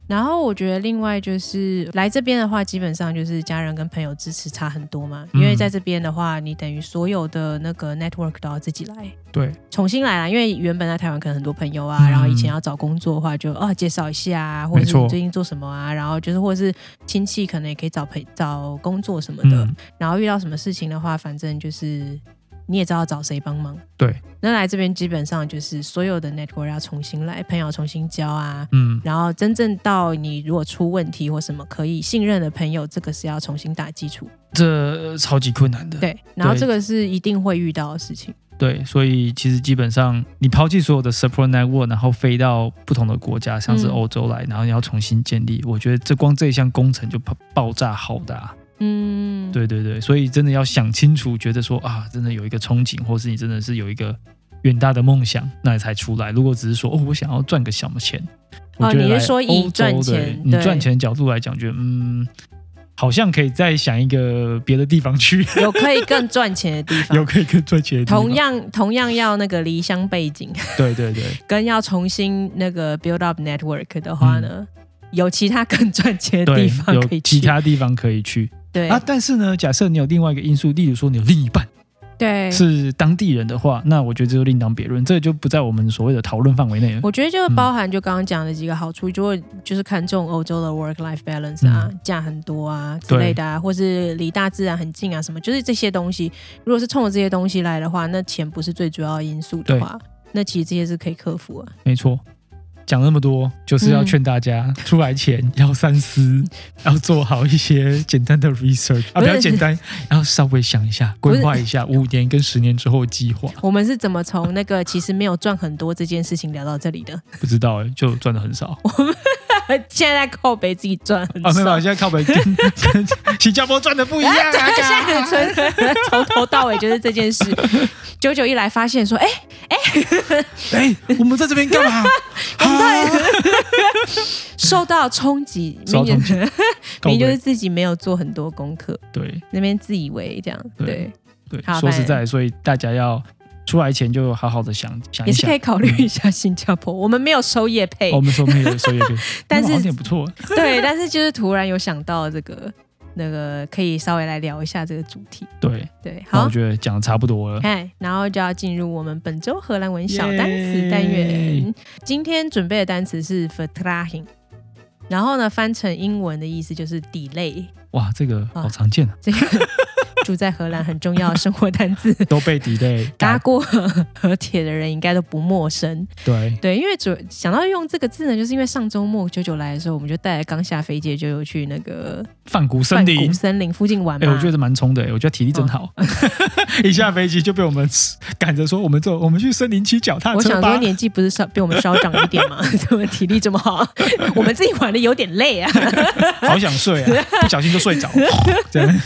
Speaker 2: 然后我觉得另外就是来这边的话，基本上就是家人跟朋友支持差很多嘛，因为
Speaker 1: 嗯
Speaker 2: 在这边的话，你等于所有的那个 network 都要自己来。
Speaker 1: 对，
Speaker 2: 重新来啦，因为原本在台湾可能很多朋友啊，
Speaker 1: 嗯
Speaker 2: 然后以前要找工作的话就，啊介绍一下啊，或者
Speaker 1: 没
Speaker 2: 是
Speaker 1: 错
Speaker 2: 你最近做什么啊，然后就是或者是亲戚可能也可以找陪找工作什么的，
Speaker 1: 嗯，
Speaker 2: 然后遇到什么事情的话，反正就是你也知道找谁帮忙。
Speaker 1: 对，
Speaker 2: 那来这边基本上就是所有的 network 要重新来，朋友重新交啊。
Speaker 1: 嗯，
Speaker 2: 然后真正到你如果出问题或什么可以信任的朋友，这个是要重新打基础。
Speaker 1: 这超级困难的。
Speaker 2: 对，然后
Speaker 1: 对
Speaker 2: 这个是一定会遇到的事情。
Speaker 1: 对，所以其实基本上你抛弃所有的 support network，然后飞到不同的国家，像是
Speaker 2: 嗯
Speaker 1: 欧洲来，然后你要重新建立，我觉得这光这一项工程就爆爆炸好大、
Speaker 2: 嗯，
Speaker 1: 对对对，所以真的要想清楚，觉得说啊，真的有一个憧憬，或是你真的是有一个远大的梦想，那你才出来。如果只是说哦，我想要赚个小钱，我
Speaker 2: 哦
Speaker 1: 觉得
Speaker 2: 你是
Speaker 1: 来
Speaker 2: 说以
Speaker 1: 欧洲
Speaker 2: 赚
Speaker 1: 的
Speaker 2: 钱
Speaker 1: 你
Speaker 2: 对
Speaker 1: 赚钱的角度来讲，觉得嗯，好像可以再想一个别的地方去，
Speaker 2: 有可以更赚钱的地方。
Speaker 1: 有可以更赚钱的地方。
Speaker 2: 啊同样同样要那个离乡背景，
Speaker 1: 对对对，
Speaker 2: 跟要重新那个 build up network 的话呢，有其他更赚钱的地
Speaker 1: 嗯 对
Speaker 2: 方可
Speaker 1: 有
Speaker 2: 以去。
Speaker 1: 其他地方可以去
Speaker 2: 对、
Speaker 1: 啊。但是呢，假设你有另外一个因素，例如说你有另一半
Speaker 2: 对，
Speaker 1: 是当地人的话，那我觉得这就另当别论，这就不在我们所谓的讨论范围内了。
Speaker 2: 我觉得就包含就刚刚讲的几个好
Speaker 1: 嗯
Speaker 2: 处，就会就是看重欧洲的 work life balance 啊，假很多啊之类的啊，或是离大自然很近啊，什么就是这些东西。如果是冲着这些东西来的话，那钱不是最主要因素的话，那其实这些是可以克服啊。
Speaker 1: 没错，讲那么多就是要劝大
Speaker 2: 嗯
Speaker 1: 家、出来前要三 思，要做好一些简单的 research 啊，
Speaker 2: 不
Speaker 1: 比
Speaker 2: 是
Speaker 1: 较简单，然后稍微想一下，
Speaker 2: 不是
Speaker 1: 规划一下五年跟十年之后的计划。
Speaker 2: 我们是怎么从那个其实没有赚很多这件事情聊到这里的？
Speaker 1: 不知道哎、就赚的很少啊，
Speaker 2: 现在在靠北自己赚很少，
Speaker 1: 哦没有 啦，现在靠北跟跟新加坡赚的 不一样啊，
Speaker 2: 现在
Speaker 1: 干
Speaker 2: 很纯 粹，从头到尾就是这件事。九九一来发现说，哎、
Speaker 1: 哎、我们在这边干 嘛？啊
Speaker 2: 受到冲击，
Speaker 1: 受到冲击
Speaker 2: 明明
Speaker 1: 靠
Speaker 2: 明就
Speaker 1: 北
Speaker 2: 是自己没有做很多功课，
Speaker 1: 对
Speaker 2: 那边自以为这样，
Speaker 1: 对
Speaker 2: 对
Speaker 1: 对
Speaker 2: 好，
Speaker 1: 说实
Speaker 2: 反正
Speaker 1: 在，所以大家要出来前就好好的想想一
Speaker 2: 也是
Speaker 1: 想
Speaker 2: 可。以考虑一下新加坡。我们没有收业配，
Speaker 1: 嗯哦我们说没有收业费，
Speaker 2: 但
Speaker 1: 好像
Speaker 2: 是
Speaker 1: 也不错。
Speaker 2: 对，但是就是突然有想到这个那个，可以稍微来聊一下这个主题。
Speaker 1: 对，
Speaker 2: 对，
Speaker 1: 那
Speaker 2: 好
Speaker 1: 我，觉得讲的差不多了。
Speaker 2: 看，然后就要进入我们本周荷兰文小单词
Speaker 1: 耶
Speaker 2: 单元。今天准备的单词是 vertraging，然后呢，翻成英文的意思就是 delay。
Speaker 1: 哇，这个
Speaker 2: 啊
Speaker 1: 好常见啊，
Speaker 2: 这个 住在荷兰很重要的生活单词，
Speaker 1: 都被 delay
Speaker 2: 搭
Speaker 1: 打。
Speaker 2: 过和铁的人应该都不陌生。
Speaker 1: 对，
Speaker 2: 对，因为主想到用这个字呢，就是因为上周末九九来的时候，我们就带了刚下飞机的九九去那个
Speaker 1: 泛谷
Speaker 2: 曼
Speaker 1: 森林
Speaker 2: 谷。森林附近玩
Speaker 1: 哎、
Speaker 2: 嘛。
Speaker 1: 我觉得蛮冲的、我觉得体力真
Speaker 2: 哦
Speaker 1: 好。 一下飞机就被我们 赶着说，我们走，我们去森林骑脚踏
Speaker 2: 我
Speaker 1: 车
Speaker 2: 想
Speaker 1: 吧
Speaker 2: 说。年纪不是稍比我们稍长一点吗？ 怎么体力这么好？ 我们自己玩的有点累啊。
Speaker 1: 好想睡啊，不小心就睡着。这样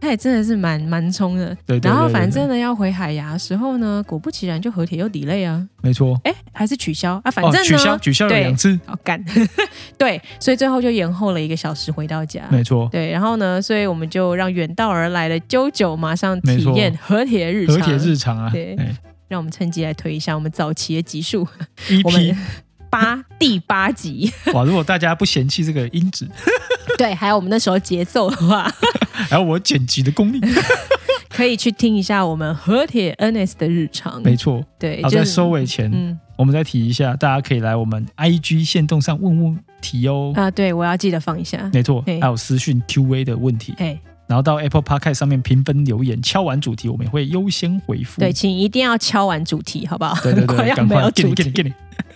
Speaker 2: 哎，真的是蛮蛮冲的。
Speaker 1: 对对对
Speaker 2: 然后
Speaker 1: 对
Speaker 2: 反
Speaker 1: 对
Speaker 2: 正呢，要回海牙的时候呢，果不其然就和铁又 delay 啊，
Speaker 1: 没错。
Speaker 2: 哎，还是取消啊，反正呢、
Speaker 1: 哦、取消，取消了
Speaker 2: 对
Speaker 1: 两次，
Speaker 2: 好干， 对，所以最后就延后了一个小时回到家。
Speaker 1: 没错。
Speaker 2: 对，然后呢，所以我们就让远道而来的啾啾马上
Speaker 1: 没
Speaker 2: 体
Speaker 1: 错
Speaker 2: 验和铁日常，
Speaker 1: 和铁日常啊，
Speaker 2: 对
Speaker 1: 哎
Speaker 2: 让我们趁机来推一下我们早期的集数，
Speaker 1: 一
Speaker 2: 我
Speaker 1: 批
Speaker 2: 们八第八集，
Speaker 1: 哇！如果大家不嫌弃这个音质，
Speaker 2: 对，还有我们那时候节奏的话，
Speaker 1: 还有我剪辑的功力，
Speaker 2: 嗯可以去听一下我们和铁 NS 的日常，
Speaker 1: 没错。
Speaker 2: 对，
Speaker 1: 好，
Speaker 2: 就
Speaker 1: 在
Speaker 2: 是
Speaker 1: 收尾前，
Speaker 2: 嗯
Speaker 1: 我们再提一下，大家可以来我们 IG 线动上问问题哦。
Speaker 2: 啊，对我要记得放一下，
Speaker 1: 没错，
Speaker 2: 嘿
Speaker 1: 还有私讯 Q&A 的问题，
Speaker 2: 哎，
Speaker 1: 然后到 Apple Podcast 上面评分留言，敲完主题我们也会优先回复。
Speaker 2: 对，请一定要敲完主题，好不好？
Speaker 1: 对对
Speaker 2: 快
Speaker 1: 对，
Speaker 2: 要
Speaker 1: 赶
Speaker 2: 没
Speaker 1: 快
Speaker 2: 有
Speaker 1: 给你
Speaker 2: 主
Speaker 1: 给你给
Speaker 2: 题，
Speaker 1: 你。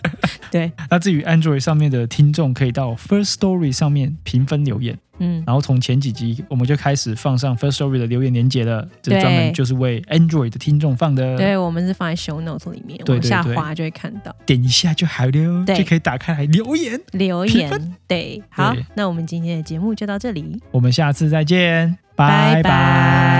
Speaker 2: 对，
Speaker 1: 那至于 Android 上面的听众，可以到 First Story 上面评分留言，
Speaker 2: 嗯，
Speaker 1: 然后从前几集我们就开始放上 First Story 的留言连接了，这
Speaker 2: 对
Speaker 1: 专门就是为 Android 的听众放的，
Speaker 2: 对，我们是放在 show notes 里面，
Speaker 1: 对对
Speaker 2: 往
Speaker 1: 对
Speaker 2: 下滑就会看到。
Speaker 1: 点一下就好了哦，
Speaker 2: 对
Speaker 1: 就可以打开来留言。
Speaker 2: 留
Speaker 1: 评
Speaker 2: 言。对，好
Speaker 1: 对，
Speaker 2: 那我们今天的节目就到这里，
Speaker 1: 我们下次再见，拜
Speaker 2: 拜
Speaker 1: 拜